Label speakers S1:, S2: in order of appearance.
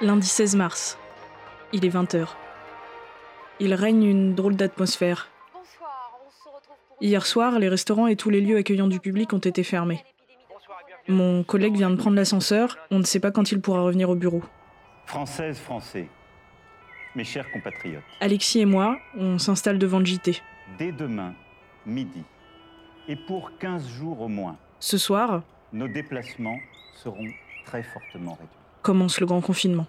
S1: Lundi 16 mars. Il est 20h. Il règne une drôle d'atmosphère. Hier soir, les restaurants et tous les lieux accueillants du public ont été fermés. Mon collègue vient de prendre l'ascenseur, on ne sait pas quand il pourra revenir au bureau.
S2: Françaises, Français, mes chers compatriotes,
S1: Alexis et moi, on s'installe devant le JT.
S2: dès demain, midi, et pour 15 jours au moins,
S1: Ce soir,
S2: nos déplacements seront très fortement réduits.
S1: commence le grand confinement.